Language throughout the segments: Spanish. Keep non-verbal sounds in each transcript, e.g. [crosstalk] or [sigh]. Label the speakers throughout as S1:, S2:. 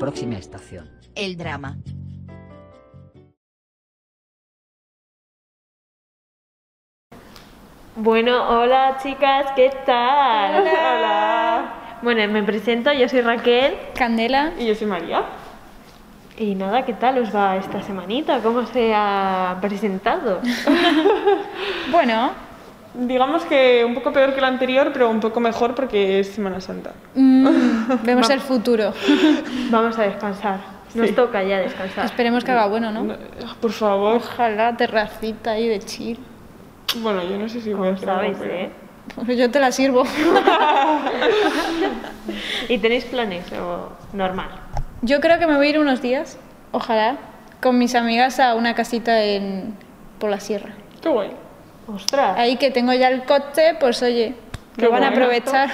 S1: Próxima estación.
S2: El drama.
S3: Bueno, hola chicas, ¿qué tal? Hola. Bueno, me presento, yo soy Raquel
S4: Candela.
S3: y yo soy María. Y nada, ¿qué tal os va esta semanita? ¿Cómo se ha presentado?
S4: Bueno,
S5: Digamos que un poco peor que la anterior, pero un poco mejor porque es Semana Santa.
S4: mm, vemos el futuro.
S3: Vamos a descansar. Nos
S5: Sí.
S3: toca ya descansar.
S4: Esperemos que haga bueno, ¿no?
S5: Ah, Por favor.
S4: Ojalá terracita ahí de chill.
S5: Bueno, yo no sé si voy a hacer algo,
S3: ¿Sabéis,
S5: pero-
S3: eh?
S4: Pues yo te la sirvo.
S3: ¿Y tenéis planes o normal?
S4: Yo creo que me voy a ir unos días, ojalá, con mis amigas a una casita en por la sierra.
S5: Qué guay.
S3: ¡Ostras!
S4: Ahí que tengo ya el coche, pues oye,
S5: Qué
S4: lo van a
S5: bueno.
S4: aprovechar.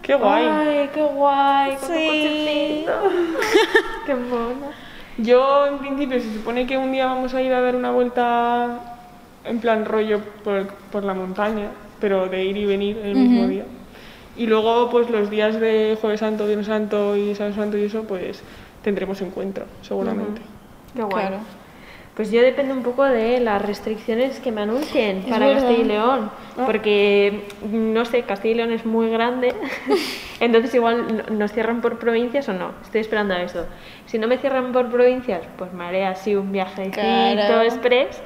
S5: Qué guay.
S3: ¡Ay, qué guay! Con tu
S4: Sí.
S3: cochecito. [laughs] ¡Qué mono!
S5: Yo, en principio, se supone que un día vamos a ir a dar una vuelta en plan rollo por, por la montaña, pero de ir y venir el mismo día. Y luego, pues los días de Jueves Santo, Viernes Santo y San Santo y eso, pues tendremos encuentro, seguramente.
S3: ¡Qué guay!
S4: [laughs] Claro.
S3: Pues yo dependo un poco de las restricciones que me anuncien para
S4: verdad. Ah.
S3: Castilla y León, porque no sé, Castilla y León es muy
S4: [laughs]
S3: grande, entonces igual no- nos cierran por provincias o no, estoy esperando a eso. Si no me cierran por provincias, pues me haré así un viajecito
S4: Claro.
S3: express,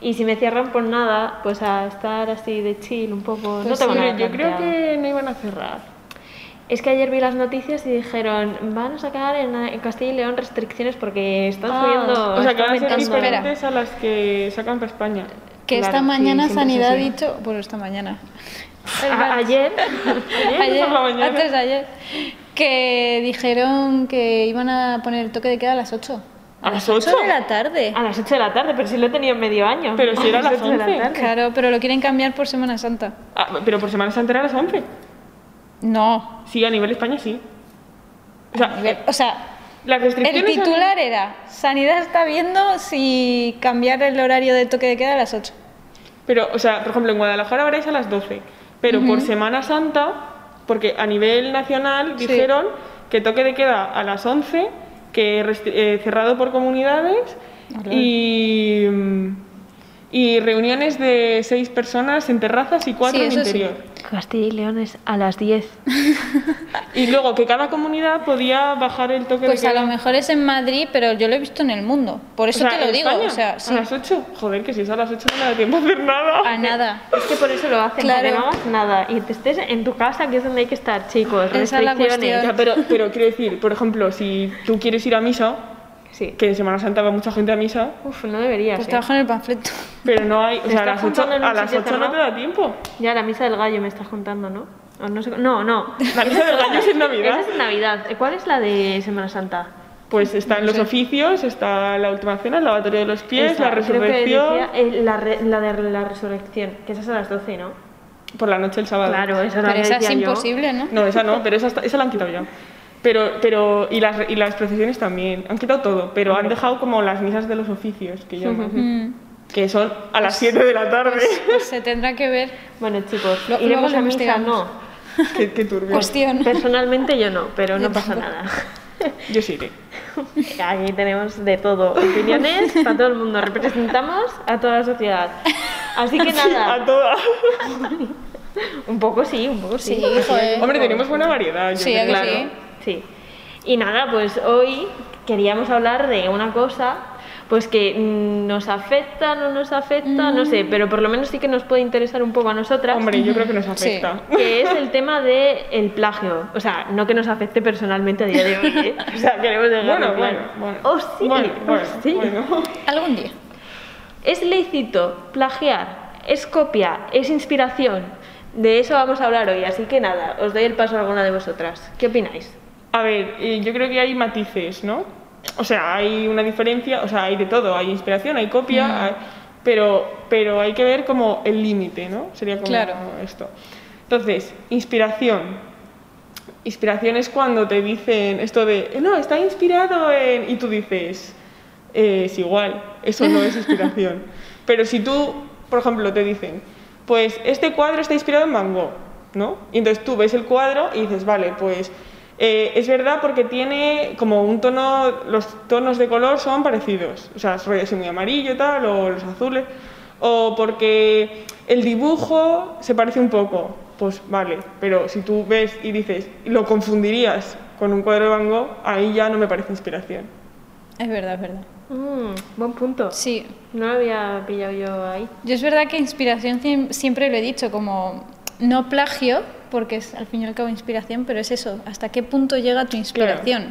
S3: y si me cierran por nada, pues a estar así de chill un poco. no
S4: Pues
S3: tengo
S4: sí,
S3: nada
S5: Pero yo creo
S3: planteado.
S5: que no iban a cerrar.
S3: Es que ayer vi las noticias y dijeron, van a sacar en, en Castilla y León restricciones porque están
S4: Ah,
S3: subiendo...
S5: O sea,
S3: están
S5: que van a ser
S3: aumentando".
S5: diferentes a las que sacan para España.
S4: Que esta
S3: Claro, sí,
S4: mañana
S3: siempre es
S4: Sanidad ha
S3: así.
S4: dicho, bueno, esta mañana,
S3: A- ayer,
S4: [laughs] ayer,
S5: por la mañana.
S4: antes de ayer, que dijeron que iban a poner el toque de queda a las 8.
S5: ¿A las 8?
S4: de la tarde.
S3: a las 8 de la tarde, pero si lo he tenido en medio año.
S5: Pero si era a las
S3: ocho de la
S5: 11.
S3: tarde.
S4: Claro, pero lo quieren cambiar por Semana Santa.
S5: Ah, pero por Semana Santa era a las 11.
S4: No.
S5: Sí, a nivel España sí. O sea,
S4: A ver, O sea,
S5: las
S4: el
S5: restricciones...
S4: titular era, Sanidad está viendo si cambiar el horario del toque de queda a las 8.
S5: Pero, o sea, por ejemplo, en Guadalajara ahora es a las 12. Pero por Semana Santa, porque a nivel nacional
S4: Sí.
S5: dijeron que toque de queda a las 11, que restri- eh, cerrado por comunidades
S4: Hola.
S5: y... mm, Y reuniones de seis personas en terrazas y cuatro
S4: Sí,
S5: en
S4: eso sí.
S5: interior.
S3: Castilla y León es a las 10.
S5: Y luego que cada comunidad podía bajar el toque
S4: Pues
S5: de
S4: a
S5: queda.
S4: lo mejor es en Madrid, pero yo lo he visto en el mundo. Por eso
S5: O sea,
S4: te lo
S5: ¿en
S4: digo.
S5: España?
S4: O sea, sí,
S5: ¿A las 8? Joder, que si es a las 8 no me da tiempo a hacer nada.
S4: a nada.
S3: [laughs] Es que por eso lo hacen, para que
S4: Claro.
S3: no hagas nada. Y te estés en tu casa, que es donde hay que estar, chicos.
S4: Esa es la
S3: restricciones.
S4: cuestión.
S5: Ya, pero, pero quiero decir, por ejemplo, si tú quieres ir a misa,
S3: Sí.
S5: que en Semana Santa va mucha gente a misa,
S3: Uf, no deberías.
S4: Pues
S3: eh.
S4: trabajo en el panfleto.
S5: pero no hay. O
S3: Te
S5: sea, a
S3: estás
S5: las 8,
S3: juntando en un
S5: a las
S3: sitio
S5: 8 no te
S3: cerrado.
S5: da tiempo.
S3: Ya la misa del gallo me estás contando, ¿no? O no, sé- no,
S4: [laughs]
S3: no.
S5: La misa del gallo es en
S3: Esa
S5: Navidad.
S3: es Navidad. Eh, ¿Cuál es la de Semana Santa?
S5: Pues están los oficios, está la última cena, el lavatorio de los pies,
S3: Esa,
S5: la
S3: creo que
S5: resurrección.
S3: decía, eh, la, re- la de la resurrección, que esa es a las 12, ¿no?
S5: Por la noche el sábado.
S3: Claro, esa
S4: Pero
S3: la
S4: esa es
S3: decía yo.
S4: imposible, ¿no?
S5: No, esa no, pero esa, está- esa la han quitado ya. Pero, pero y, las, y las procesiones también. Han quitado todo, pero han dejado como las misas de los oficios, que llaman,
S4: Mm,
S5: que son a las 7 de la tarde.
S4: pues se tendrá que ver.
S3: Bueno, chicos,
S4: Lo-
S3: iremos
S4: luego lo
S3: a misa,
S4: investigamos.
S3: no.
S5: [laughs] qué, qué turbio.
S3: pues
S4: Cuestión.
S3: Personalmente yo no, pero no
S4: Yo
S3: pasa
S4: tampoco.
S3: nada.
S5: Yo sí iré.
S3: Aquí tenemos de todo, opiniones para todo el mundo, representamos a toda la sociedad. Así que
S5: [laughs] A
S3: nada,
S5: todas.
S3: un poco sí, un poco sí.
S4: Sí,
S3: Así
S4: joder.
S5: Hombre, tenemos buena variedad. yo
S4: Sí,
S5: creo.
S4: ¿a que
S3: Claro,
S4: sí?
S3: sí. Y nada, pues hoy queríamos hablar de una cosa, pues que mm, nos afecta, no nos afecta,
S4: Mm.
S3: no sé, pero por lo menos sí que nos puede interesar un poco a nosotras.
S5: Hombre, yo creo que nos
S4: Sí.
S5: afecta.
S3: Que es el tema del el plagio. O sea, no que nos afecte personalmente a día de hoy, ¿eh? O sea, queremos dejarlo claro.
S5: Bueno, bueno, bueno.
S3: Oh, sí,
S5: Bueno,
S3: oh,
S5: bueno,
S3: sí.
S5: bueno.
S4: Algún día.
S3: ¿Es lícito plagiar? ¿Es copia? ¿Es inspiración? De eso vamos a hablar hoy, así que nada, os doy el paso a alguna de vosotras. ¿Qué opináis?
S5: A ver, eh, yo creo que hay matices, ¿no? O sea, hay una diferencia, o sea, hay de todo, hay inspiración, hay copia, hay- pero, pero hay que ver como el límite, ¿no? Sería como
S4: Claro.
S5: esto. Entonces, inspiración. Inspiración es cuando te dicen esto de, "Eh, no, está inspirado en... Y tú dices, "Eh, es igual, eso no es inspiración. pero si tú, por ejemplo, te dicen, pues este cuadro está inspirado en Van Gogh, ¿no? Y entonces tú ves el cuadro y dices, vale, pues Eh, es verdad porque tiene como un tono, los tonos de color son parecidos, o sea, es rollo así muy amarillo tal, o los azules, o porque el dibujo se parece un poco, pues vale, pero si tú ves y dices, lo confundirías con un cuadro de Van Gogh, ahí ya no me parece inspiración.
S4: Es verdad, es verdad.
S3: Mm, buen punto.
S4: Sí.
S3: No lo había pillado yo ahí.
S4: Yo es verdad que inspiración ciem- siempre lo he dicho, como no plagio, porque es al fin y al cabo inspiración, pero es eso, hasta qué punto llega tu inspiración.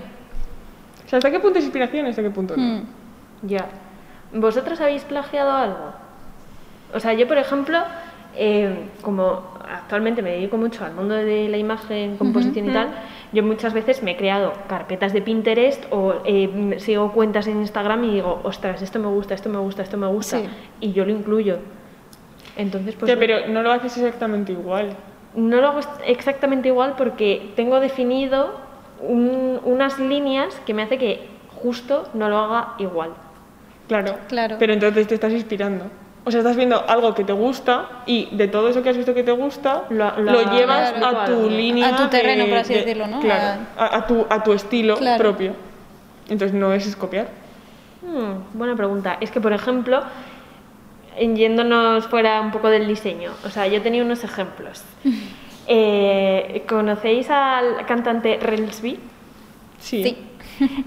S5: O sea, ¿hasta qué punto es inspiración y hasta qué punto no?
S4: Mm.
S3: Ya. ¿Vosotros habéis plagiado algo? O sea, yo, por ejemplo, eh, como actualmente me dedico mucho al mundo de la imagen, composición y tal, yo muchas veces me he creado carpetas de Pinterest o eh, m- sigo cuentas en Instagram y digo, ostras, esto me gusta, esto me gusta, esto me gusta,
S4: Sí.
S3: y yo lo incluyo. Entonces, pues...
S5: Ya, pero no lo haces exactamente igual.
S3: No lo hago ex- exactamente igual porque tengo definido un- unas líneas que me hace que justo no lo haga igual.
S5: Claro.
S4: Claro.
S5: Pero entonces te estás inspirando. O sea, estás viendo algo que te gusta y de todo eso que has visto que te gusta,
S3: Lo-
S5: lo,
S3: lo-
S5: llevas
S3: claro,
S5: a tu
S3: claro.
S5: línea.
S4: A tu terreno,
S5: de-
S4: por así
S5: de-
S4: decirlo, ¿no?
S5: Claro, a, a tu, a tu estilo
S4: Claro.
S5: propio. Entonces no es copiar.
S3: Hmm, buena pregunta. Es que, por ejemplo, en- yéndonos fuera un poco del diseño, o sea, yo tenía unos ejemplos. Eh, ¿Conocéis al cantante Relsby?
S5: Sí.
S4: Sí.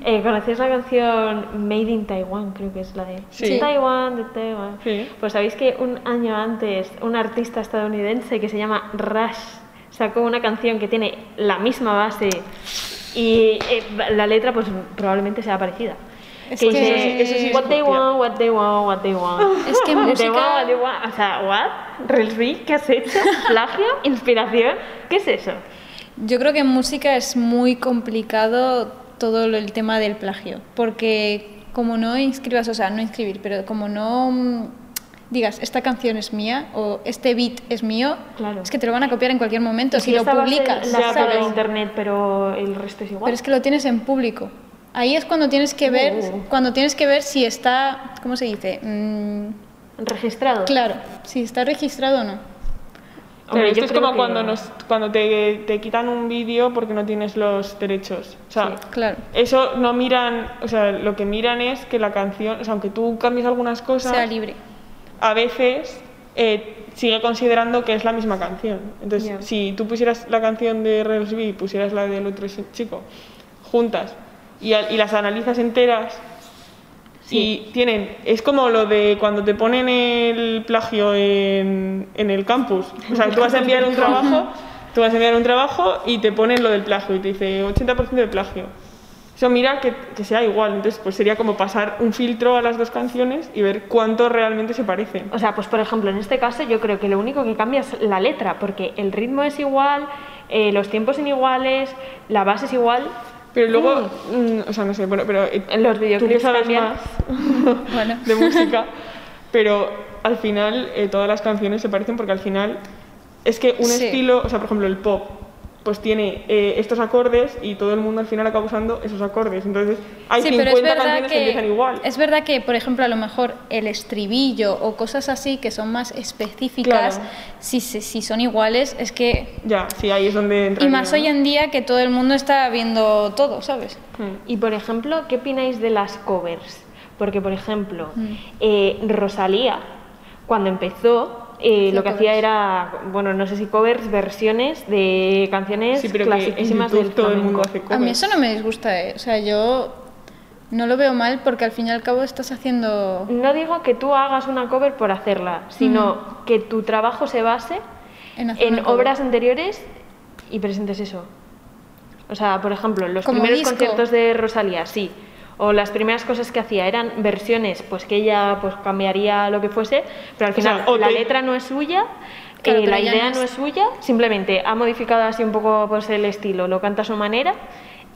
S3: Eh, ¿Conocéis la canción Made in Taiwan? Creo que es la de
S5: Sí.
S3: Taiwan, de Taiwan.
S5: Sí.
S3: Pues sabéis que un año antes un artista estadounidense que se llama Rush sacó una canción que tiene la misma base y eh, la letra pues probablemente sea parecida.
S4: Es
S3: que
S4: que-
S3: dice,
S5: Eso sí- eso sí es
S3: what they
S5: hostia.
S3: want, what they want, what they want.
S4: [laughs] Es que
S3: What they want, what they
S4: música...
S3: want. O sea, what? ¿Relsby? ¿Qué has hecho?
S4: [laughs]
S3: ¿Plagio? ¿Inspiración? ¿Qué es eso?
S4: Yo creo que en música es muy complicado todo lo- el tema del plagio, porque como no inscribas, o sea, no inscribir, pero como no mm, digas esta canción es mía o este beat es mío,
S3: Claro.
S4: es que te lo van a copiar en cualquier momento si
S3: Sí,
S4: lo
S3: esta base
S4: publicas,
S3: La sabe
S4: ¿sabes?
S3: en internet, pero el resto es igual.
S4: Pero es que lo tienes en público. Ahí es cuando tienes que ver,
S5: Oh.
S3: Uh.
S4: cuando tienes que ver si está, ¿cómo se dice? Mm,
S3: Registrado.
S4: claro, si está registrado o no.
S5: Pero
S3: Hombre,
S5: esto
S3: yo
S5: es
S3: creo
S5: como
S3: que-
S5: cuando, nos, cuando te, te quitan un vídeo porque no tienes los derechos. O sea,
S3: Sí.
S4: Claro.
S5: eso no miran, o sea, lo que miran es que la canción, o sea, aunque tú cambies algunas cosas,
S4: Sea libre.
S5: a veces eh, sigue considerando que es la misma canción. Entonces,
S3: Ya.
S5: si tú pusieras la canción de Rels B y pusieras la del otro ch- chico juntas y, al- y las analizas enteras y tienen, es como lo de cuando te ponen el plagio en, en el campus. O sea, tú vas a enviar un trabajo, tú vas a enviar un trabajo y te ponen lo del plagio y te dice 80% de plagio. Eso mira que, que sea igual, entonces pues sería como pasar un filtro a las dos canciones y ver cuánto realmente se parecen.
S3: O sea, pues por ejemplo, en este caso yo creo que lo único que cambia es la letra, porque el ritmo es igual, eh, los tiempos son iguales, la base es igual.
S5: Pero luego,
S4: Oh.
S5: mm, o sea, no sé, bueno, pero eh,
S3: En los
S5: tú
S3: videoclips
S5: que sabes
S3: también.
S5: más
S4: Bueno. [laughs]
S5: de música, pero al final eh, todas las canciones se parecen porque al final es que un
S4: Sí.
S5: estilo, o sea, por ejemplo, el pop, pues tiene eh, estos acordes y todo el mundo al final acaba usando esos acordes. Entonces hay
S4: Sí,
S5: 50
S4: pero es verdad
S5: canciones que, empiezan igual.
S4: es verdad que, por ejemplo, a lo mejor el estribillo o cosas así que son más específicas,
S5: Claro.
S4: si, se- si son iguales, es que...
S5: Ya, sí, ahí es donde entra.
S4: Y
S5: el
S4: más
S5: lío,
S4: hoy
S5: ¿no?
S4: en día que todo el mundo está viendo todo, ¿sabes?
S5: Mm.
S3: Y por ejemplo, ¿qué opináis de las covers? Porque por ejemplo,
S4: Mm.
S3: eh, Rosalía, cuando empezó, eh,
S4: Hacía
S3: lo que hacía
S4: covers.
S3: era, bueno, no sé si covers, versiones de canciones
S5: Sí, pero que en
S3: clasiquísimas
S5: YouTube
S3: del
S5: todo el mundo
S3: flamenco.
S5: hace
S4: A mí
S5: covers.
S4: eso no me disgusta, ¿eh? O sea, yo no lo veo mal porque al fin y al cabo estás haciendo...
S3: No digo que tú hagas una cover por hacerla, sino
S4: Mm.
S3: que tu trabajo se base
S4: En hacer
S3: en
S4: una cover.
S3: obras anteriores y presentes eso. O sea, por ejemplo, los
S4: Como
S3: primeros
S4: disco.
S3: conciertos de Rosalía, sí. O las primeras cosas que hacía eran versiones, pues que ella pues cambiaría lo que fuese, pero al
S5: O sea,
S3: final
S5: o
S3: la
S5: te-
S3: letra no es suya,
S4: Claro,
S3: eh,
S4: pero
S3: la
S4: ya
S3: idea
S4: no
S3: no es
S4: es-
S3: suya, simplemente ha modificado así un poco pues, el estilo, lo canta a su manera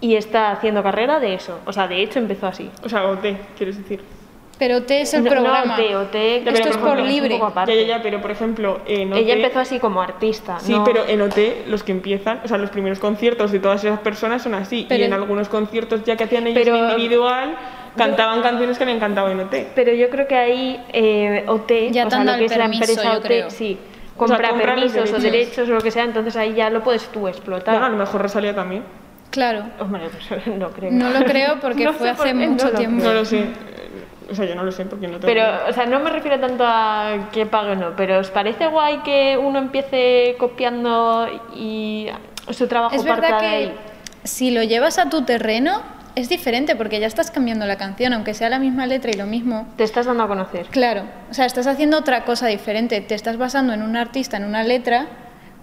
S3: y está haciendo carrera de eso. O sea, de hecho empezó así.
S5: O sea, OT, quieres decir.
S4: Pero te es el
S3: No- no,
S4: programa.
S3: OT, OT,
S5: Ya,
S4: Esto
S5: pero,
S4: es
S5: por
S4: por
S5: ejemplo,
S4: libre.
S3: un poco aparte.
S5: Ya, ya, ya, pero por ejemplo, eh, en OT.
S3: Ella empezó así como artista.
S5: Sí,
S3: ¿no?
S5: pero en OT los que empiezan, o sea, los primeros conciertos de todas esas personas son así.
S4: Pero-
S5: y en algunos conciertos ya que hacían ellos
S3: Pero-
S5: en individual, cantaban canciones que le encantaban en OT.
S3: Pero yo creo que ahí eh, OT,
S4: Ya
S3: o
S4: te
S3: sea,
S4: han
S3: lo
S4: dado
S3: que
S4: el
S3: es la
S4: permiso,
S3: empresa
S4: yo
S3: OT,
S4: creo.
S3: sí,
S5: O sea,
S3: compra
S5: compra los
S3: permisos o
S5: derechos.
S3: derechos o lo que sea, entonces ahí ya lo puedes tú
S5: Bueno, a
S3: explotar.
S5: lo mejor Rosalía también.
S4: Claro.
S3: Hombre, [laughs] pues no creo.
S4: No lo creo
S3: [laughs]
S4: porque
S3: No
S4: fue
S3: sé por
S4: hace
S3: qué, no
S4: mucho
S3: lo
S4: tiempo.
S3: creo.
S5: No lo sé. O sea, yo no lo sé porque no tengo.
S3: Pero, o sea, no me refiero tanto a que pague o no, pero ¿os parece guay que uno empiece copiando y su trabajo
S4: Es
S3: parta
S4: verdad
S3: de
S4: que
S3: ahí?
S4: si lo llevas a tu terreno es diferente porque ya estás cambiando la canción, aunque sea la misma letra y lo mismo.
S3: Te estás dando a conocer.
S4: Claro, o sea, estás haciendo otra cosa diferente, te estás basando en un artista, en una letra,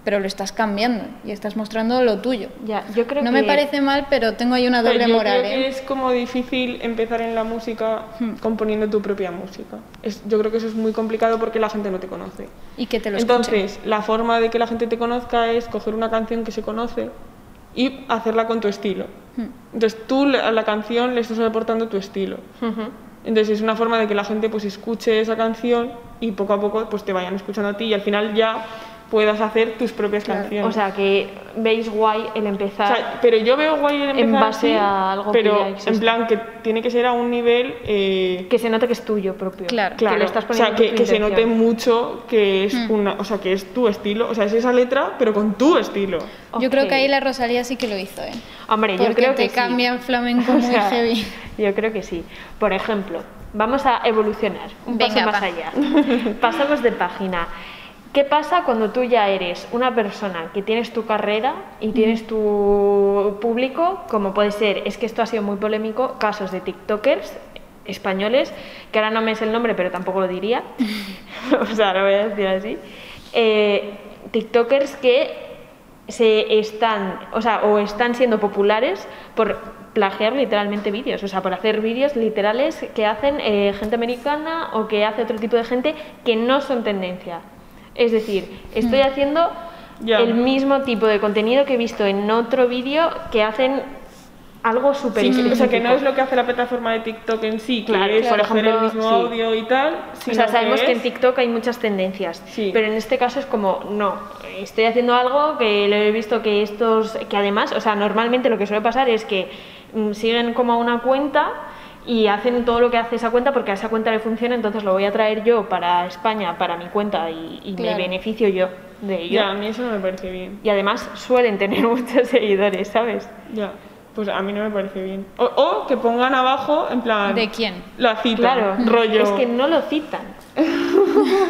S4: pero lo estás cambiando y estás mostrando lo tuyo.
S3: Ya, yo creo
S4: No
S3: que...
S4: me parece mal, pero tengo ahí una
S5: Pero
S4: doble
S5: yo
S4: moral.
S5: creo
S4: ¿eh?
S5: que es como difícil empezar en la música
S4: Hmm.
S5: componiendo tu propia música. Es- yo creo que eso es muy complicado porque la gente no te conoce.
S4: Y que te lo escuchen.
S5: Entonces, la forma de que la gente te conozca es coger una canción que se conoce y hacerla con tu estilo.
S4: Hmm.
S5: Entonces, tú le- a la canción le estás aportando tu estilo.
S3: Ujú.
S5: Entonces, es una forma de que la gente pues escuche esa canción y poco a poco pues te vayan escuchando a ti y al final ya puedas hacer tus propias canciones.
S3: O sea, que veis guay el
S5: O
S3: empezar.
S5: sea, pero yo veo guay el
S3: En
S5: empezar
S3: base
S5: así,
S3: a algo que ya
S5: pero
S3: existe.
S5: en plan que tiene que ser a un nivel eh,
S3: que se note que es tuyo propio.
S4: Claro.
S5: claro,
S3: Que lo estás
S5: o sea
S3: poniendo
S5: que,
S3: por tu
S5: que se note
S3: intención. Mm.
S5: mucho que es
S4: Hmm.
S5: una, o sea que es tu estilo, o sea es esa letra pero con tu estilo.
S4: Yo creo
S3: Ok.
S4: que ahí la Rosalía sí que lo hizo, ¿eh?
S3: Hombre, yo
S4: Porque
S3: creo
S4: te
S3: que sí.
S4: cambia el flamenco
S3: [laughs] O
S4: muy
S3: sea,
S4: heavy.
S3: Yo creo que sí. Por ejemplo, vamos a evolucionar un paso
S4: Venga,
S3: más
S4: va.
S3: allá. Pasamos de página. ¿Qué pasa cuando tú ya eres una persona que tienes tu carrera y tienes tu público? Como puede ser, es que esto ha sido muy polémico, casos de TikTokers españoles, que ahora no me es el nombre, pero tampoco lo diría. o sea, lo voy a decir así. Eh, TikTokers que se están, o sea, o están siendo populares por plagiar literalmente vídeos, o sea, por hacer vídeos literales que hacen eh, gente americana o que hace otro tipo de gente que no son tendencia. Es decir, estoy haciendo
S5: Ya.
S3: el mismo tipo de contenido que he visto en otro vídeo que hacen algo súper
S5: Sí, que- o sea que
S3: específico.
S5: no es lo que hace la plataforma de TikTok en sí, que
S3: Claro,
S5: es
S3: por
S5: hacer
S3: ejemplo,
S5: el mismo
S3: sí.
S5: audio y tal,
S3: O
S5: sino
S3: sea, sabemos que,
S5: es-
S3: en TikTok hay muchas tendencias,
S5: Sí.
S3: pero en este caso es como, no, estoy haciendo algo que lo he visto que estos, que además, o sea, normalmente lo que suele pasar es que mm, siguen como a una cuenta y hacen todo lo que hace esa cuenta porque a esa cuenta le funciona, entonces lo voy a traer yo para España, para mi cuenta y, y
S4: Claro.
S3: me beneficio yo de ello.
S5: ya a mí eso no me parece bien.
S3: Y además suelen tener [laughs] muchos seguidores, ¿sabes?
S5: Ya, pues a mí no me parece bien. O, o que pongan abajo, en plan.
S4: ¿De quién?
S5: La cita.
S3: Claro,
S5: Rollo.
S3: es que no lo citan.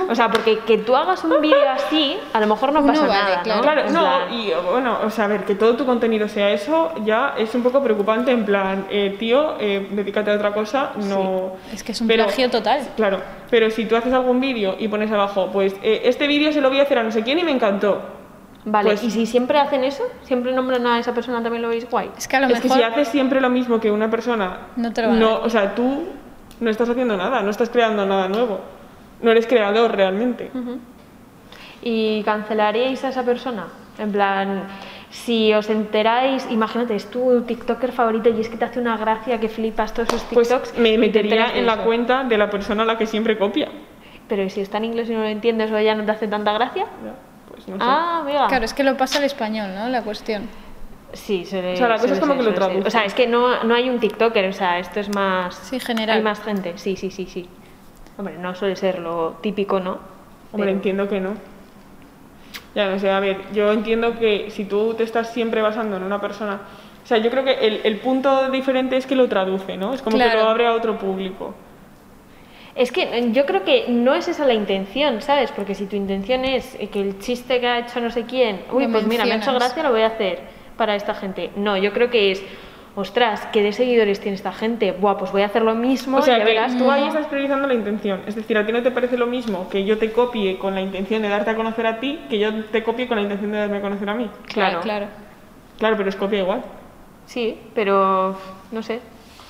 S3: O sea, porque que tú hagas un vídeo así, a lo mejor no
S4: Uno
S3: pasa
S4: vale,
S3: nada, ¿no?
S4: claro.
S5: Claro,
S3: En
S5: no,
S3: plan-
S5: y bueno, o sea, a ver, que todo tu contenido sea eso, ya es un poco preocupante, en plan, eh, tío, eh, dedícate a otra cosa, no...
S4: Es que es un
S5: Pero-
S4: plagio total.
S5: Claro, pero si tú haces algún vídeo y pones abajo, pues, eh, este vídeo se lo voy a hacer a no sé quién y me encantó.
S3: Vale,
S5: Pues-
S3: y si siempre hacen eso, siempre nombran a esa persona, también lo veis guay.
S4: Es que a lo
S5: es que
S4: mejor
S5: si haces siempre lo mismo que una persona,
S4: No te lo van a
S5: o sea, tú no estás haciendo nada, no estás creando nada nuevo, no eres creador realmente.
S3: ¿Y cancelaríais a esa persona? En plan, si os enteráis, imagínate, es tu TikToker favorito y es que te hace una gracia que flipas todos esos
S5: Pues
S3: TikToks. y
S5: me
S3: te
S5: metería
S3: enteras de
S5: en la
S3: eso.
S5: cuenta de la persona a la que siempre copia.
S3: Pero ¿y si está en inglés y no lo entiendes o ya no te hace tanta gracia?
S5: Ya, Pues no sé.
S3: Ah, amiga.
S4: Claro, es que lo pasa al español, ¿no? La cuestión.
S3: Sí, suele-
S5: O sea, la cosa es
S3: suele
S5: como
S3: ser,
S5: que lo
S3: suele
S5: traduce.
S3: ser. O sea, es que no, no hay un TikToker, o sea, esto es más.
S4: Sí, general.
S3: Hay más gente, sí, sí, sí, sí. Hombre, no suele ser lo típico, ¿no? Pero-
S5: Hombre, entiendo que no. Ya no sé, a ver, yo entiendo que si tú te estás siempre basando en una persona. O sea, yo creo que el, el punto diferente es que lo traduce, ¿no? Es como que
S4: Claro.
S5: lo abre a otro público.
S3: Es que eh, yo creo que no es esa la intención, ¿sabes? Porque si tu intención es eh, que el chiste que ha hecho no sé quién, uy,
S4: Lo
S3: pues mira, me ha hecho
S4: mencionas.
S3: gracia, lo voy a hacer para esta gente. No, yo creo que es, ostras, ¿qué de seguidores tiene esta gente? Buah, pues voy a hacer lo mismo
S5: O sea,
S3: y ya
S5: que
S3: verás
S5: tú ahí estás priorizando la intención. Es decir, a ti no te parece lo mismo que yo te copie con la intención de darte a conocer a ti que yo te copie con la intención de darme a conocer a mí.
S3: Claro.
S4: claro.
S5: Claro, pero es copia igual.
S3: Sí, pero no sé.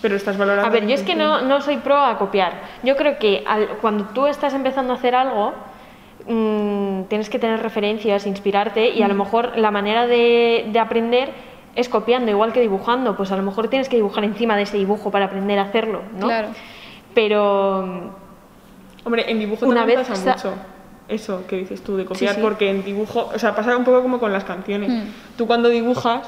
S5: Pero estás valorando.
S3: A ver,
S5: la
S3: yo es que
S5: intención.
S3: no, no soy pro a copiar. Yo creo que al- cuando tú estás empezando a hacer algo, mm, tienes que tener referencias, inspirarte y a
S4: Mm.
S3: lo mejor la manera de, de aprender es copiando, igual que dibujando. Pues a lo mejor tienes que dibujar encima de ese dibujo para aprender a hacerlo, ¿no?
S4: Claro.
S3: Pero
S5: Hombre, en dibujo
S3: Una
S5: también
S3: vez
S5: pasa
S3: sa-
S5: mucho. Eso que dices tú de copiar,
S4: sí.
S5: porque en dibujo, o sea, pasa un poco como con las canciones.
S3: Hmm.
S4: Mm.
S5: Tú cuando dibujas,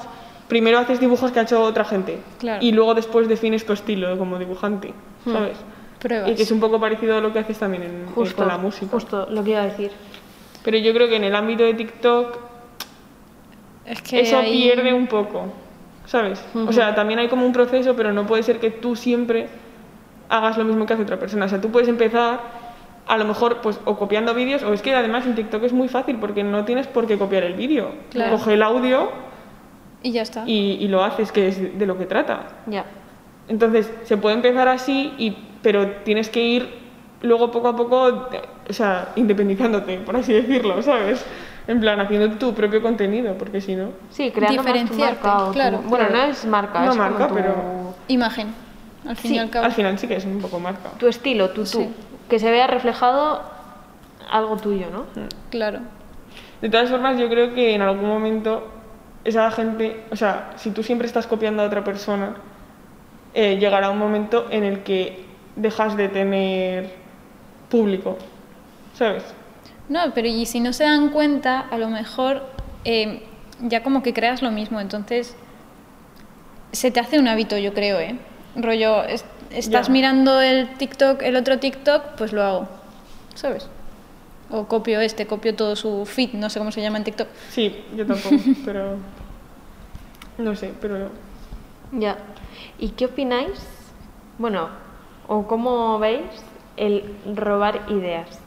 S5: primero haces dibujos que ha hecho otra gente.
S4: Claro.
S5: Y luego después defines tu estilo como dibujante,
S3: Hmm.
S5: ¿sabes?
S4: Pruebas.
S5: Y que es un poco parecido a lo que haces también en, en-
S3: justo,
S5: con la música.
S3: justo lo que iba a decir.
S5: Pero yo creo que en el ámbito de TikTok
S4: Es que
S5: eso
S4: ahí-
S5: pierde un poco. ¿sabes? O sea, también hay como un proceso, pero no puede ser que tú siempre hagas lo mismo que hace otra persona. O sea, tú puedes empezar a lo mejor pues o copiando vídeos o es que además en TikTok es muy fácil porque no tienes por qué copiar el vídeo.
S4: Claro. Ah.
S5: Coge el audio
S4: Y ya está.
S5: y, y lo haces, que es de lo que trata.
S3: Ya.
S5: Entonces, se puede empezar así, y, pero tienes que ir luego poco a poco, o sea, independizándote, por así decirlo, ¿sabes? En plan, haciendo tu propio contenido, porque si no...
S3: Sí, creando más tu
S4: Diferenciarte,
S3: marca. o tu-
S4: claro,
S3: Bueno,
S4: claro.
S3: no es marca,
S5: No
S3: es como
S5: marca,
S3: tu-
S5: pero-
S4: Imagen, al fin
S3: Sí,
S4: y al cabo.
S5: Al final sí que es un poco marca.
S3: tu estilo, tu tú.
S4: Sí.
S3: Que se vea reflejado algo tuyo, ¿no?
S4: Claro.
S5: De todas formas, yo creo que en algún momento esa gente, o sea, si tú siempre estás copiando a otra persona, eh, llegará un momento en el que dejas de tener público, ¿sabes?
S4: No, pero y si no se dan cuenta, a lo mejor eh, ya como que creas lo mismo, entonces se te hace un hábito, yo creo, ¿eh? Rollo, es- estás
S5: Ya.
S4: mirando el TikTok, el otro TikTok, pues lo hago, ¿sabes? O copio este, copio todo su feed, no sé cómo se llama en TikTok.
S5: Sí, yo
S3: [laughs]
S5: tampoco, pero... No sé, pero...
S3: Ya. ¿Y qué opináis? Bueno, o cómo veis el robar ideas.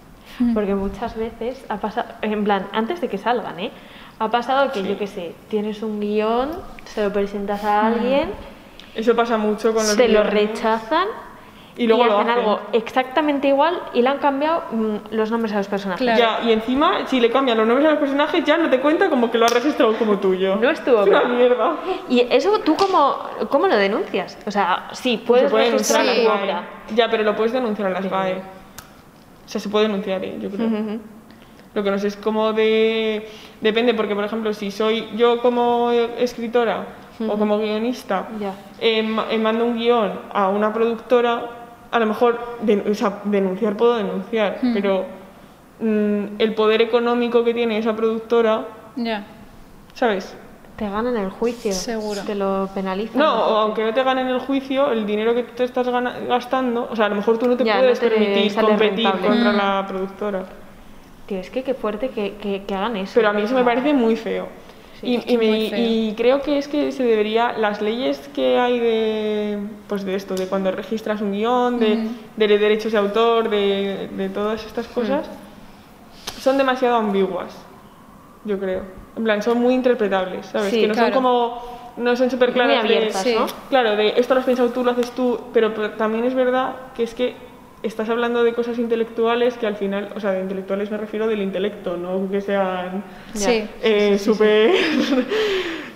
S3: Porque muchas veces ha pasado, en plan, antes de que salgan, ¿eh? Ha pasado que,
S5: Sí.
S3: yo qué sé, tienes un guión, se lo presentas a alguien,
S5: Eso pasa mucho con los
S3: se lo
S5: videojuegos.
S3: rechazan
S5: Y luego lo
S3: hacen
S5: hacen.
S3: algo exactamente igual y le han cambiado mm, los nombres a los personajes.
S4: Claro.
S5: Ya, y encima, si le cambian los nombres a los personajes, ya no te cuenta como que lo has registrado como tuyo.
S3: No estuvo
S5: Es una
S3: bien.
S5: mierda.
S3: Y eso, ¿tú cómo, cómo lo denuncias? O sea, sí, puedes
S5: se puede
S3: registrar
S5: denunciar a
S3: la
S5: las
S4: sí.
S3: tu
S5: GAE.
S3: obra.
S5: Ya, pero lo puedes denunciar a las
S3: Sí.
S5: GAE. O sea, se puede denunciar, ¿eh? yo creo.
S3: Ujú.
S5: Lo que no sé es cómo de... Depende, porque por ejemplo, si soy yo como escritora o como guionista,
S3: Ya.
S5: eh, ma- eh, mando un guión a una productora, a lo mejor den- o sea, denunciar puedo denunciar, pero mm, el poder económico que tiene esa productora,
S4: Ya,
S5: ¿sabes?
S3: Te ganan el juicio.
S4: Seguro.
S3: Te lo penalizan.
S5: No, o aunque no te ganen el juicio, el dinero que tú te estás gana- gastando, o sea, a lo mejor tú no te
S3: Ya, no
S5: puedes
S3: te
S5: permitir
S3: sale
S5: competir
S3: rentable. Mm.
S5: contra la productora.
S3: Tío, es que qué fuerte que, que- que hagan eso.
S5: Pero a mí eso me parece muy feo.
S4: Sí,
S5: y,
S4: es
S5: y me-
S4: muy feo.
S5: y creo que es que se debería, las leyes que hay de, pues de esto, de cuando registras un guión, de, de derechos de autor, de, de todas estas cosas, son demasiado ambiguas, yo creo. En plan, son muy interpretables, ¿sabes?
S3: Sí,
S5: que no
S4: claro.
S5: son como, no son súper claras.
S3: Muy abiertas,
S4: Sí.
S3: ¿no?
S5: Claro, de esto lo has pensado tú, lo haces tú, pero, pero también es verdad que es que estás hablando de cosas intelectuales que al final, o sea, de intelectuales me refiero del intelecto, no que sean
S3: Ya.
S4: sí.
S5: eh, súper, [laughs]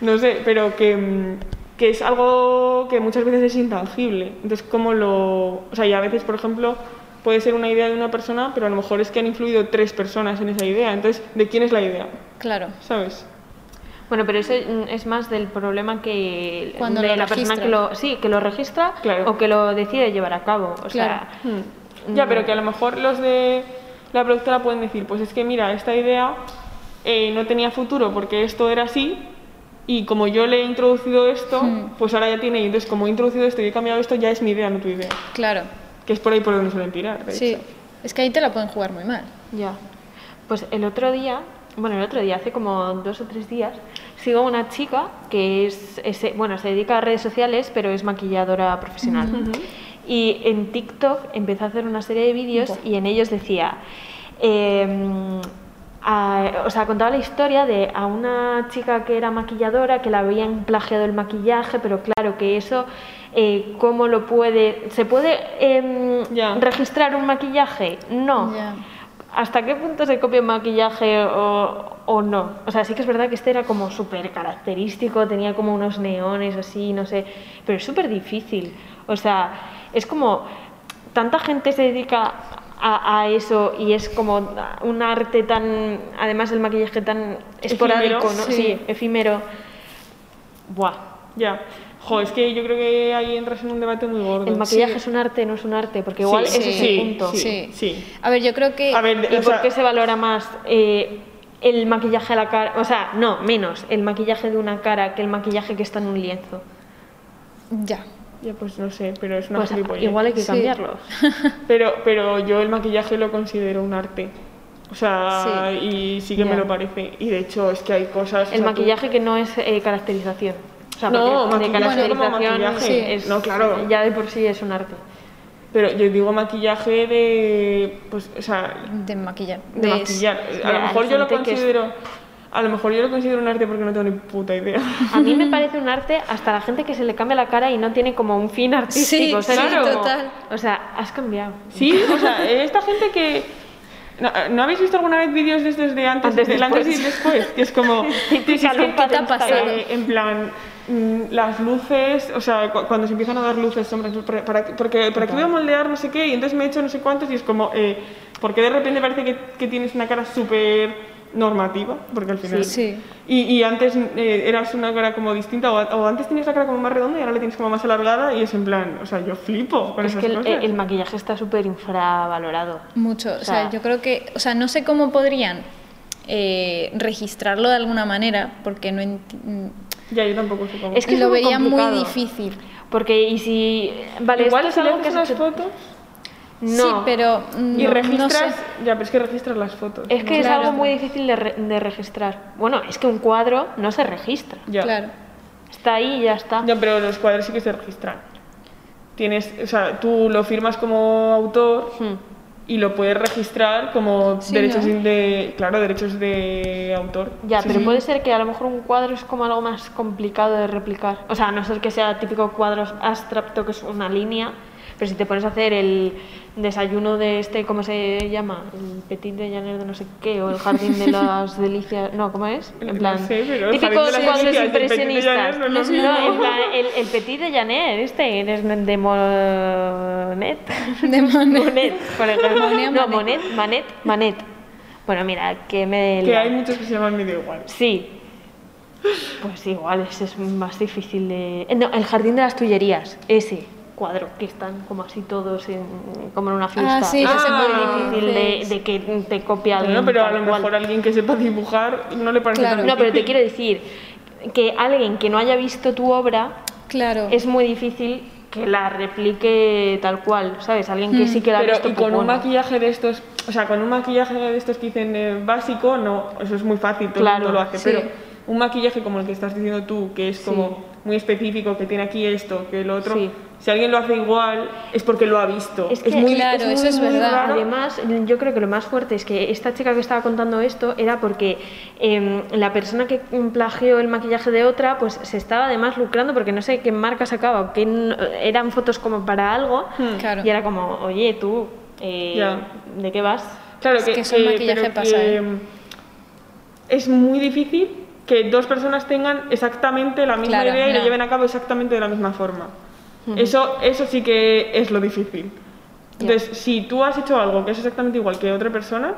S5: no sé, pero que, mm, que es algo que muchas veces es intangible. Entonces, ¿cómo lo...? O sea, y a veces, por ejemplo, puede ser una idea de una persona, pero a lo mejor es que han influido tres personas en esa idea. Entonces, ¿de quién es la idea?
S4: claro.
S5: ¿Sabes?
S3: Bueno, pero eso mm, es más del problema que
S4: Cuando
S3: de
S4: lo
S3: la persona
S4: registras.
S3: que lo, sí, que lo registra
S5: Claro.
S3: o que lo decide llevar a cabo. O
S4: Claro.
S3: sea, Mm.
S5: Hmm. Ya, pero que a lo mejor los de la productora pueden decir, pues es que mira, esta idea eh, no tenía futuro porque esto era así y como yo le he introducido esto,
S3: Mm.
S5: pues ahora ya tiene, y entonces como he introducido esto y he cambiado esto, ya es mi idea, no tu idea.
S4: Claro,
S5: Que es por ahí por donde suelen tirar, de
S4: sí.
S5: hecho.
S4: Es que ahí te la pueden jugar muy mal.
S3: ya. Pues el otro día, bueno, el otro día, hace como dos o tres días, sigo a una chica que es, es- bueno, se dedica a redes sociales, pero es maquilladora profesional. Y en TikTok empezó a hacer una serie de vídeos y en ellos decía, em, a- o sea, contaba la historia de a una chica que era maquilladora, que la habían plagiado el maquillaje, pero claro que eso, eh, ¿cómo lo puede? ¿Se puede em,
S5: Ya.
S3: registrar un maquillaje? No.
S4: Ya.
S3: ¿Hasta qué punto se copia un maquillaje o, o no? O sea, sí que es verdad que este era como súper característico, tenía como unos neones así, no sé, pero es súper difícil. O sea, es como, tanta gente se dedica a, a eso y es como un arte tan, además el maquillaje tan esporádico, ¿no?
S5: sí.
S3: Sí. efímero. Buah.
S5: Ya. Jo, es que yo creo que ahí entras en un debate muy gordo.
S3: El maquillaje es un arte, no es un arte, porque igual
S5: Sí,
S3: ese
S4: sí,
S3: es el punto.
S5: Sí,
S4: Sí.
S5: sí.
S4: A ver, yo creo que...
S5: A ver,
S3: ¿Y
S5: o
S3: por
S5: sea,
S3: qué se valora más eh, el maquillaje a la cara? O sea, no, menos el maquillaje de una cara que el maquillaje que está en un lienzo.
S4: Ya.
S5: ya, pues no sé, pero es una
S3: pues
S5: gilipollez.
S3: igual hay que
S4: Sí.
S5: [laughs]
S3: cambiarlo.
S5: Pero, pero yo el maquillaje lo considero un arte. O sea, y sí que me
S3: Ya.
S5: lo parece. Y de hecho es que hay cosas... o
S3: El
S5: sea, tú-
S3: maquillaje que no es eh, caracterización. O sea,
S5: No,
S3: porque de
S5: maquillaje como
S3: caracterización
S5: maquillaje.
S3: es-
S5: No, claro.
S3: ya de por sí es un arte.
S5: Pero yo digo maquillaje de. Pues, o sea,
S4: de maquillar.
S5: de
S4: Es-
S5: maquillar. A
S3: mira,
S5: lo
S3: hay
S5: mejor yo lo
S3: gente que es-
S5: considero. A lo mejor yo lo considero un arte porque no tengo ni puta idea.
S3: A mí
S5: [laughs]
S3: me parece un arte hasta la gente que se le cambia la cara y no tiene como un fin artístico.
S4: Sí,
S3: ¿sabes?
S4: sí,
S3: Como-
S4: total.
S3: O sea, has cambiado.
S5: Sí, o sea, esta gente que. ¿No, ¿no habéis visto alguna vez vídeos de estos de antes,
S3: Antes,
S5: del
S3: después.
S5: antes y después? Que
S3: [laughs]
S5: es como.
S3: Típica
S5: es que-
S3: lupa
S4: de ¿Qué te ha Instagram. pasado?
S5: eh, en plan, mm, las luces, o sea, cu- cuando se empiezan a dar luces, sombras, para, para- porque, ¿para qué voy a moldear no sé qué? Y entonces me he hecho no sé cuántos y es como. Eh, ¿Por qué de repente parece que, que tienes una cara súper normativa? Porque al final.
S4: Sí. Sí.
S5: Y, y antes eh, eras una cara como distinta, o, a- o antes tenías la cara como más redonda y ahora la tienes como más alargada, y es en plan, o sea, yo flipo con
S3: Es
S5: esas
S3: que el,
S5: cosas.
S3: el maquillaje está súper infravalorado.
S4: Mucho, o sea,
S3: sea-
S4: yo creo que, o sea, no sé cómo podrían eh, registrarlo de alguna manera, porque no enti-
S5: Ya, yo tampoco sé cómo.
S3: Es que
S4: lo
S3: muy
S4: vería muy
S3: complicado.
S4: difícil.
S3: Porque, y si. Vale,
S5: Igual
S3: esto es algo que has
S5: las
S3: hecho-
S5: fotos
S3: No,
S4: Sí, pero
S5: y
S4: no- no
S5: registras.
S4: sé.
S5: Ya, pero es que registras las fotos.
S3: Es que es
S4: Claro.
S3: algo muy difícil de, re- de registrar. Bueno, es que un cuadro no se registra.
S5: Ya.
S4: Claro.
S3: Está ahí y ya está.
S5: Ya, pero los cuadros sí que se registran. Tienes, o sea, tú lo firmas como autor
S3: Hmm.
S5: y lo puedes registrar como
S4: Sí,
S5: derechos
S4: ¿no?
S5: de, claro, derechos de autor.
S3: Ya,
S5: Sí,
S3: pero
S5: sí.
S3: puede ser que a lo mejor un cuadro es como algo más complicado de replicar. O sea, a no ser que sea típico cuadro abstracto que es una línea, pero si te pones a hacer el desayuno de este, ¿cómo se llama? El petit de Janer de no sé qué, o el jardín de
S5: [laughs]
S3: las delicias, no, ¿cómo es? En
S5: No
S3: plan,
S5: sé, pero el
S3: típicos
S5: Jardín de las
S3: cuadros
S5: Delicias y el Petit de
S3: impresionistas.
S5: Janer no es lo mismo.
S3: en plan, el, el petit de Janer, este, eres de Monet.
S5: [laughs]
S4: De Monet.
S3: [laughs] por ejemplo.
S4: Monet,
S3: no,
S4: Monet.
S3: Monet, Manet, Manet. Bueno, mira, que me...
S5: Que
S3: la-
S5: hay muchos que se llaman medio igual.
S3: Sí. Pues igual, ese es más difícil de. eh, No, el jardín de las tullerías, ese cuadro, que están como así todos en, como en una fiesta.
S4: Ah, sí,
S5: Ah,
S4: que se
S5: muy
S4: ponen
S3: Difícil de,
S4: luces.
S3: de que te copie alguien.
S5: Bueno, pero a
S3: tal
S5: lo
S3: cual.
S5: mejor alguien que sepa dibujar no le parece
S4: Claro.
S5: tan
S3: No, pero te
S5: difícil.
S3: quiero decir que alguien que no haya visto tu obra
S4: Claro.
S3: es muy difícil que la replique tal cual, ¿sabes? Alguien que
S4: Mm.
S3: sí que la ha
S5: Pero
S3: visto
S5: y con
S3: pues
S5: un
S3: bueno.
S5: maquillaje de estos, o sea, con un maquillaje de estos que dicen eh, básico, no, eso es muy fácil, todo
S3: Claro,
S5: el mundo lo hace,
S4: sí.
S5: pero un maquillaje como el que estás diciendo tú, que es como muy específico, que tiene aquí esto, que el otro,
S3: Sí.
S5: si alguien lo hace igual es porque lo ha visto.
S3: Es que,
S5: muy
S4: claro, eso es verdad.
S5: raro.
S3: Además, yo creo que lo más fuerte es que esta chica que estaba contando esto era porque em, la persona que plagió el maquillaje de otra, pues se estaba además lucrando porque no sé qué marca sacaba, o qué n- eran fotos como para algo,
S5: Hmm.
S4: Claro.
S3: y era como, oye, tú, eh,
S5: Ya.
S3: ¿de qué vas?
S5: Claro
S4: Es
S5: que,
S4: que eso en
S5: que-
S4: maquillaje
S5: pero
S4: pasa,
S5: que,
S4: ¿eh?
S5: Es muy difícil que dos personas tengan exactamente la misma
S4: Claro,
S5: idea y lo
S4: no.
S5: lleven a cabo exactamente de la misma forma. Eso, eso sí que es lo difícil. Entonces, si tú has hecho algo que es exactamente igual que otra persona,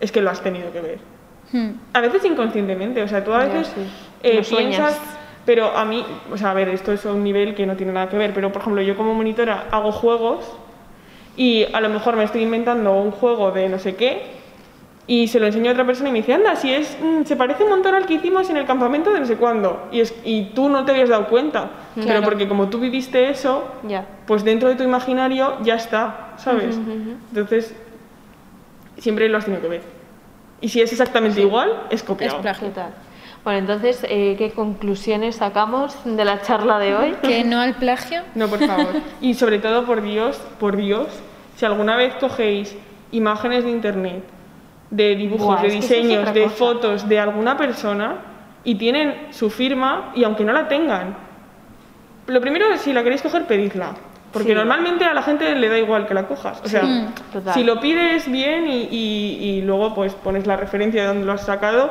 S5: es que lo has tenido que ver.
S4: Hmm.
S5: A veces inconscientemente, o sea, tú a
S3: Ya,
S5: veces
S3: sí.
S5: eh,
S3: Lo sueñas.
S5: piensas, pero a mí, o sea, a ver, esto es un nivel que no tiene nada que ver, pero por ejemplo, yo como monitora hago juegos y a lo mejor me estoy inventando un juego de no sé qué y se lo enseño a otra persona y me dice, anda, si es, mm, se parece un montón al que hicimos en el campamento de no sé cuándo y, es, y tú no te habías dado cuenta, pero
S4: Claro.
S5: porque como tú viviste eso,
S3: Ya.
S5: pues dentro de tu imaginario ya está, ¿sabes? Entonces, siempre lo has tenido que ver. Y si es exactamente igual, es copiado.
S4: Es plagio.
S3: ¿Qué tal? Bueno, entonces, eh, ¿qué conclusiones sacamos de la charla de
S4: [laughs]
S3: hoy?
S4: Que no al plagio.
S5: No, por favor. y sobre todo, por Dios, por Dios, si alguna vez cogéis imágenes de internet, de dibujos,
S3: Buah,
S5: de
S3: es que eso es
S5: diseños,
S3: otra
S5: de
S3: cosa.
S5: fotos de alguna persona y tienen su firma, y aunque no la tengan, lo primero, si la queréis coger, pedidla. Porque
S3: Sí.
S5: normalmente a la gente le da igual que la cojas. O sea,
S4: Mm,
S3: total.
S5: si lo pides bien y, y- y luego pues pones la referencia de dónde lo has sacado,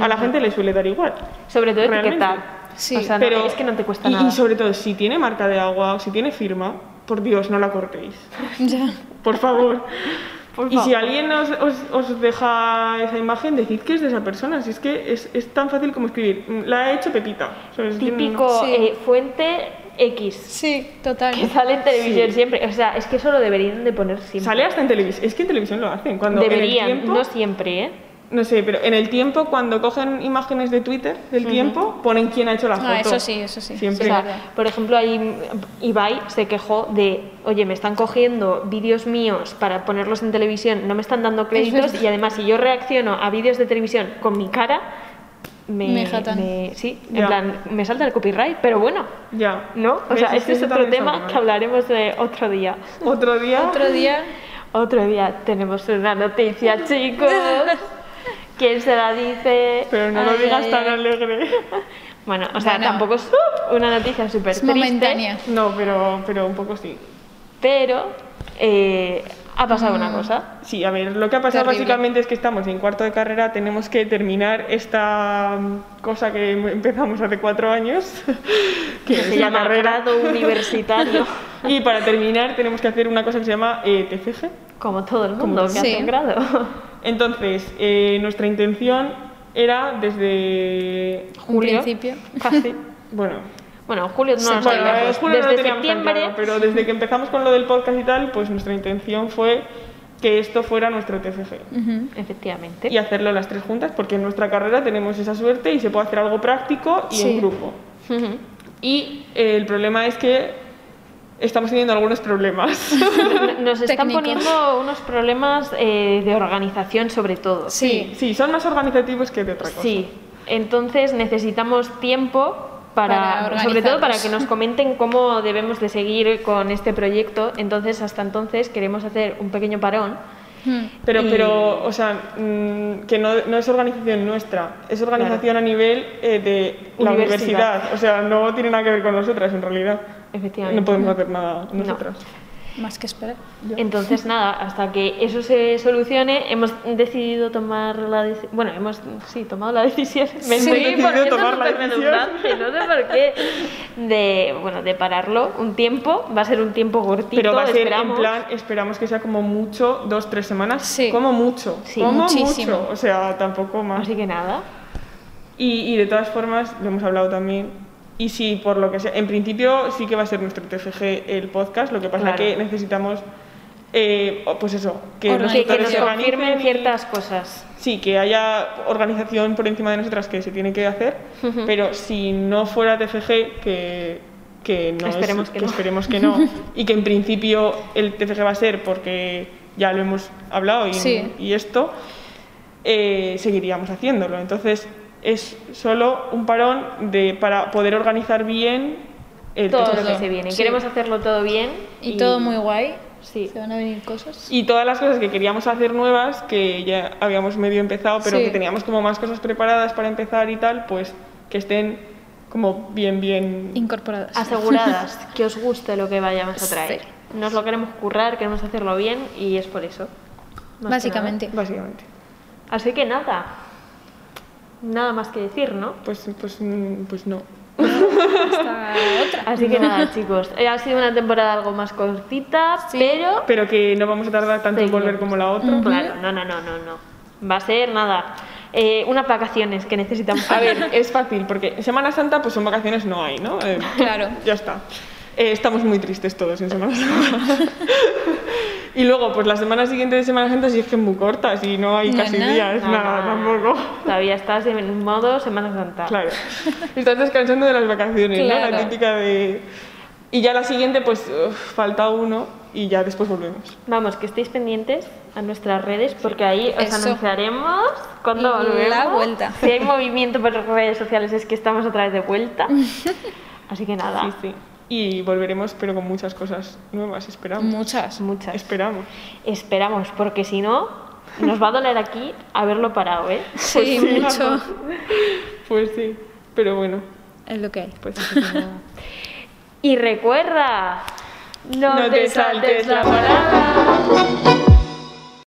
S5: a la gente le suele dar igual.
S3: Sobre todo
S5: Realmente.
S3: etiquetar.
S4: Sí.
S3: O sea, no-
S5: Pero,
S3: es que no te cuesta
S5: y-
S3: nada.
S5: Y sobre todo, si tiene marca de agua o si tiene firma, por Dios, no la cortéis.
S3: [laughs]
S4: Ya.
S5: Por favor.
S3: Por
S5: y si
S3: favor.
S5: alguien os, os- os deja esa imagen, decid que es de esa persona. Si es que es, es tan fácil como escribir, "Mm, la ha hecho Pepita. ¿sabes? Es que no-
S3: Típico
S4: Sí.
S3: eh, fuente X.
S4: Sí, total.
S3: Que sale en televisión
S5: Sí.
S3: siempre. O sea, es que eso lo deberían de poner siempre.
S5: Sale hasta en televisión. Es que en televisión lo hacen. Cuando en el
S3: deberían,
S5: tiempo-
S3: no siempre, ¿eh?
S5: No sé, pero en el tiempo, cuando cogen imágenes de Twitter del tiempo, ponen quién ha hecho la foto.
S4: Ah, eso sí, eso sí.
S5: Siempre.
S3: O sea,
S4: verdad.
S3: por ejemplo, ahí Ibai se quejó de, oye, me están cogiendo vídeos míos para ponerlos en televisión, no me están dando créditos
S4: verdad.
S3: y además si yo reacciono a vídeos de televisión con mi cara, me,
S4: Me jatan.
S3: me- sí, en
S5: Ya.
S3: plan, me salta el copyright, pero bueno,
S5: Ya.
S3: ¿no? O
S5: ¿Ves?
S3: sea, este
S5: que
S3: es
S5: eso
S3: otro
S5: también está
S3: tema
S5: mal.
S3: que hablaremos de otro día.
S5: Otro día.
S4: Otro día,
S3: Otro día tenemos una noticia,
S4: [laughs]
S3: chicos. ¿Quién se la dice?
S5: Pero no lo
S4: Ay,
S5: digas
S4: ay,
S5: tan
S4: ay.
S5: alegre.
S3: Bueno, o sea,
S4: Bueno.
S3: tampoco es uh, una noticia súper
S4: es
S3: triste.
S4: momentánea.
S5: No, pero, pero un poco sí.
S3: Pero eh, ha pasado
S5: Mm.
S3: una cosa.
S5: Sí, a ver, lo que ha pasado
S4: Terrible.
S5: básicamente es que estamos en cuarto de carrera, tenemos que terminar esta mm, cosa que em- empezamos hace cuatro años, [laughs] que
S3: que se
S5: la
S3: llama
S5: [laughs]
S3: grado universitario.
S5: Y para terminar tenemos que hacer una cosa que se llama eh, TFG.
S3: Como todo el mundo que
S4: todo.
S3: hace
S4: Sí.
S3: un
S5: [laughs]
S3: grado.
S5: Entonces, eh, nuestra intención era desde julio,
S4: En principio.
S3: [laughs]
S5: casi, bueno,
S3: Bueno, julio no lo
S5: bueno, eh,
S3: sabíamos.
S5: julio no lo
S3: Desde
S5: teníamos tan
S3: septiembre.
S5: claro, pero desde que empezamos con lo del podcast y tal, pues nuestra intención fue que esto fuera nuestro TFG.
S4: Ujú.
S3: Efectivamente.
S5: y hacerlo las tres juntas, porque en nuestra carrera tenemos esa suerte y se puede hacer algo práctico y en
S4: Sí.
S5: grupo.
S3: Ujú.
S5: Y eh, el problema es que estamos teniendo algunos
S3: [laughs]
S5: problemas.
S3: Nos están
S4: Técnicos.
S3: poniendo unos problemas eh, de organización sobre todo.
S4: Sí.
S5: sí, son más organizativos que de otra cosa.
S3: Sí, entonces necesitamos tiempo para,
S4: Para
S3: sobre todo para
S4: organizarnos.
S3: que nos comenten cómo debemos de seguir con este proyecto. Entonces, hasta entonces queremos hacer un pequeño parón.
S4: Mm.
S5: Pero,
S3: Y-
S5: pero, o sea, mm, que no, no es organización nuestra, es organización a nivel eh, de la
S3: Universidad.
S5: universidad. O sea, no tiene nada que ver con nosotras en realidad.
S3: Efectivamente.
S5: No podemos hacer nada nosotras.
S4: Más que esperar.
S3: Entonces, nada, hasta que eso se solucione, hemos decidido tomar la decisión. Bueno, hemos sí, tomado la decisión. Me
S4: Sí,
S3: estoy
S4: hemos
S5: decidido
S3: poniendo
S5: tomar la
S3: súper
S5: decisión.
S3: redundante, no sé por qué. De, bueno, de pararlo un tiempo. Va a ser un tiempo cortito.
S5: Pero va a ser
S3: esperamos.
S5: en plan, esperamos que sea como mucho, dos, tres semanas.
S4: Sí.
S5: Como mucho.
S3: Sí.
S5: como
S4: Muchísimo.
S5: mucho. O sea, tampoco más.
S3: Así que nada.
S5: Y, y de todas formas, lo hemos hablado también. Y sí, por lo que sea. En principio sí que va a ser nuestro TFG el podcast, lo que pasa
S3: Claro.
S5: que necesitamos, eh, o- pues eso, que
S4: Organi-
S5: los
S3: Que, que
S5: tutores
S3: nos
S5: se organicen
S3: confirmen
S5: y-
S3: ciertas cosas.
S5: Sí, que haya organización por encima de nosotras que se tiene que hacer, pero si no fuera TFG, que, que no es-
S3: Esperemos que no.
S5: esperemos que no. y que en principio el TFG va a ser porque ya lo hemos hablado y,
S4: Sí.
S5: y esto, eh, seguiríamos haciéndolo. Entonces es solo un parón de, para poder organizar bien el
S3: todo lo
S5: TFG.
S3: que se viene.
S4: sí.
S3: Queremos hacerlo todo bien.
S4: Y, todo muy guay.
S3: Sí.
S4: Se van a venir cosas.
S5: Y todas las cosas que queríamos hacer nuevas, que ya habíamos medio empezado, pero
S4: Sí.
S5: que teníamos como más cosas preparadas para empezar y tal, pues que estén como bien, bien.
S4: Incorporadas.
S3: Aseguradas
S4: [laughs]
S3: que os guste lo que vayamos a traer.
S4: Sí.
S3: Nos lo queremos currar, queremos hacerlo bien y es por eso. más que
S4: Básicamente.
S5: Básicamente.
S3: nada. Así que nada. Nada más que decir, ¿no?
S5: Pues, pues, mm, pues no.
S4: Hasta otra.
S3: Así que nada, chicos. Eh, Ha sido una temporada algo más cortita, pero.
S5: Pero que no vamos a tardar tanto en
S3: Seguimos.
S5: volver como la otra.
S3: Claro, no, no, no, no, no. Va a ser nada. eh, unas vacaciones que necesitamos.
S5: A ver, es fácil, porque Semana Santa, pues son vacaciones, no hay, ¿no? Eh,
S4: [laughs] Claro.
S5: Ya está. Eh, estamos muy tristes todos en Semana Santa. [laughs] y luego, pues la semana siguiente de Semana Santa sí es que es muy corta, y no hay
S4: No
S5: casi
S4: hay nada.
S5: días,
S3: No,
S5: nada,
S3: no, no, no.
S5: tampoco.
S3: Todavía estás en modo Semana Santa.
S5: Claro. Estás descansando de las vacaciones, ¿no?
S4: Claro.
S5: La típica de... Y ya la siguiente, pues uf, falta uno y ya después volvemos.
S3: Vamos, que estéis pendientes a nuestras redes porque ahí os
S4: Eso.
S3: anunciaremos cuando
S4: La
S3: volvemos.
S4: vuelta.
S3: Si hay movimiento por las redes sociales es que estamos otra vez de
S4: [laughs]
S3: vuelta. Así que nada,
S5: Sí, sí. Y volveremos, pero con muchas cosas nuevas, esperamos.
S4: Muchas.
S3: muchas.
S5: Esperamos.
S3: Esperamos, porque si no, nos va a doler aquí haberlo parado, ¿eh?
S4: Sí, mucho.
S5: Pues sí. Pero bueno,
S4: Es lo que hay.
S5: pues...
S3: Y recuerda, no,
S5: No te saltes la
S3: palabra.